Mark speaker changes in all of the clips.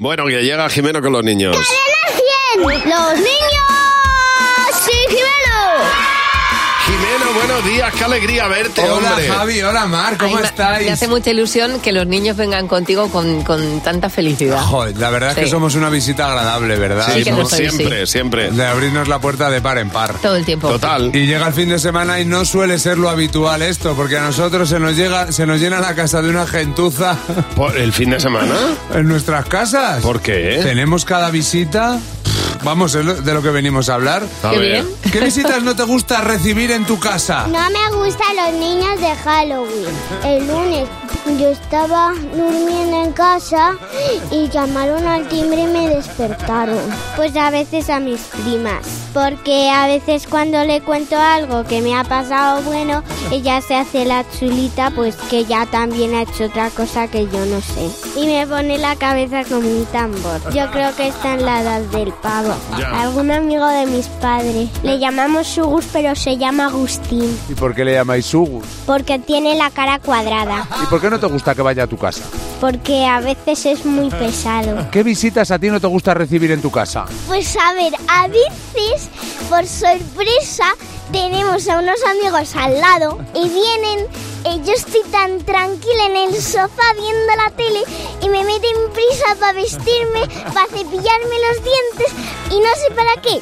Speaker 1: Bueno, que llega Jimeno con los niños.
Speaker 2: ¡Los niños! ¡Sí,
Speaker 1: Jimeno, buenos días, qué alegría verte,
Speaker 3: Hola
Speaker 1: hombre.
Speaker 3: Javi, hola Mar, ¿cómo
Speaker 4: Ay, me-
Speaker 3: estáis?
Speaker 4: Me hace mucha ilusión que los niños vengan contigo con, con tanta felicidad.
Speaker 3: Joder, la verdad es que
Speaker 4: Sí.
Speaker 3: somos una visita agradable, ¿verdad?
Speaker 1: Sí,
Speaker 4: Sí, que
Speaker 1: Ah, como
Speaker 4: lo soy,
Speaker 1: siempre, siempre.
Speaker 3: De abrirnos la puerta de par en par.
Speaker 4: Todo el tiempo.
Speaker 1: Total.
Speaker 3: Y llega el fin de semana y no suele ser lo habitual esto, porque a nosotros se nos llega, se nos llena la casa de una gentuza
Speaker 1: ¿Por ¿El fin de semana?
Speaker 3: en nuestras casas.
Speaker 1: ¿Por qué?
Speaker 3: Tenemos cada visita. Pff, Vamos, es lo- de lo que venimos a hablar.
Speaker 1: A
Speaker 4: Qué
Speaker 1: ver.
Speaker 4: bien.
Speaker 3: ¿Qué visitas no te gusta recibir en tu casa?
Speaker 2: No me gustan los niños de Halloween. El lunes yo estaba durmiendo en casa y llamaron al timbre y me despertaron. Pues a veces a mis primas. Porque a veces cuando le cuento algo que me ha pasado bueno, ella se hace la chulita, pues que ya también ha hecho otra cosa que yo no sé. Y me pone la cabeza como un tambor. Yo creo que está en la edad del pavo.
Speaker 1: Ya.
Speaker 2: Algún amigo de mis padres. Le llamamos Sugus, pero se llama Agustín.
Speaker 5: ¿Y por qué le llamáis Sugus?
Speaker 2: Porque tiene la cara cuadrada.
Speaker 5: ¿Y por qué no te gusta que vaya a tu casa?
Speaker 2: Porque a veces es muy pesado.
Speaker 5: ¿Qué visitas a ti no te gusta recibir en tu casa?
Speaker 2: Pues a ver, a veces, por sorpresa, tenemos a unos amigos al lado y vienen. eh, Yo estoy tan tranquila en el sofá viendo la tele y me meten prisa para vestirme, para cepillarme los dientes y no sé para qué.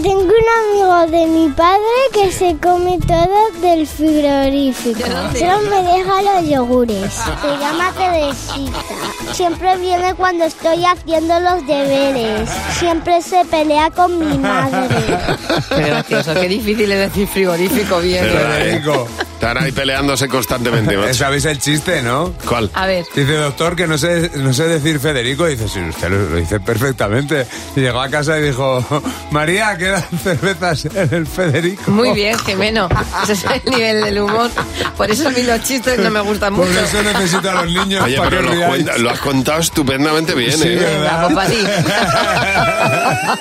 Speaker 2: tengo un amigo de mi padre que se come todo del frigorífico.
Speaker 4: ¿De dónde?
Speaker 2: Solo me deja los yogures. Se llama Teresita. Siempre viene cuando estoy haciendo los deberes. Siempre se pelea con mi madre.
Speaker 4: Qué gracioso, qué difícil es decir frigorífico bien.
Speaker 1: De verdad, ¿eh?
Speaker 3: Rico.
Speaker 1: Están ahí peleándose constantemente, macho.
Speaker 3: Eh, ¿Sabéis el chiste, no?
Speaker 1: ¿Cuál?
Speaker 4: A ver,
Speaker 3: Dice, doctor, que no sé, no sé decir Federico. Dice, sí, usted lo, lo dice perfectamente. Y llegó a casa y dijo, María, quedan cervezas en el Federico.
Speaker 4: muy bien, Jimeno. Ese es el nivel del humor. Por eso a mí los chistes no me gustan
Speaker 3: Por
Speaker 4: mucho.
Speaker 3: eso necesito a los niños
Speaker 1: Oye,
Speaker 3: para
Speaker 1: pero
Speaker 3: que
Speaker 1: lo,
Speaker 3: riáis.
Speaker 4: pues
Speaker 1: cuenta- lo has contado estupendamente bien,
Speaker 3: Sí,
Speaker 1: ¿eh?
Speaker 3: ¿verdad?
Speaker 4: Venga, pues para ti.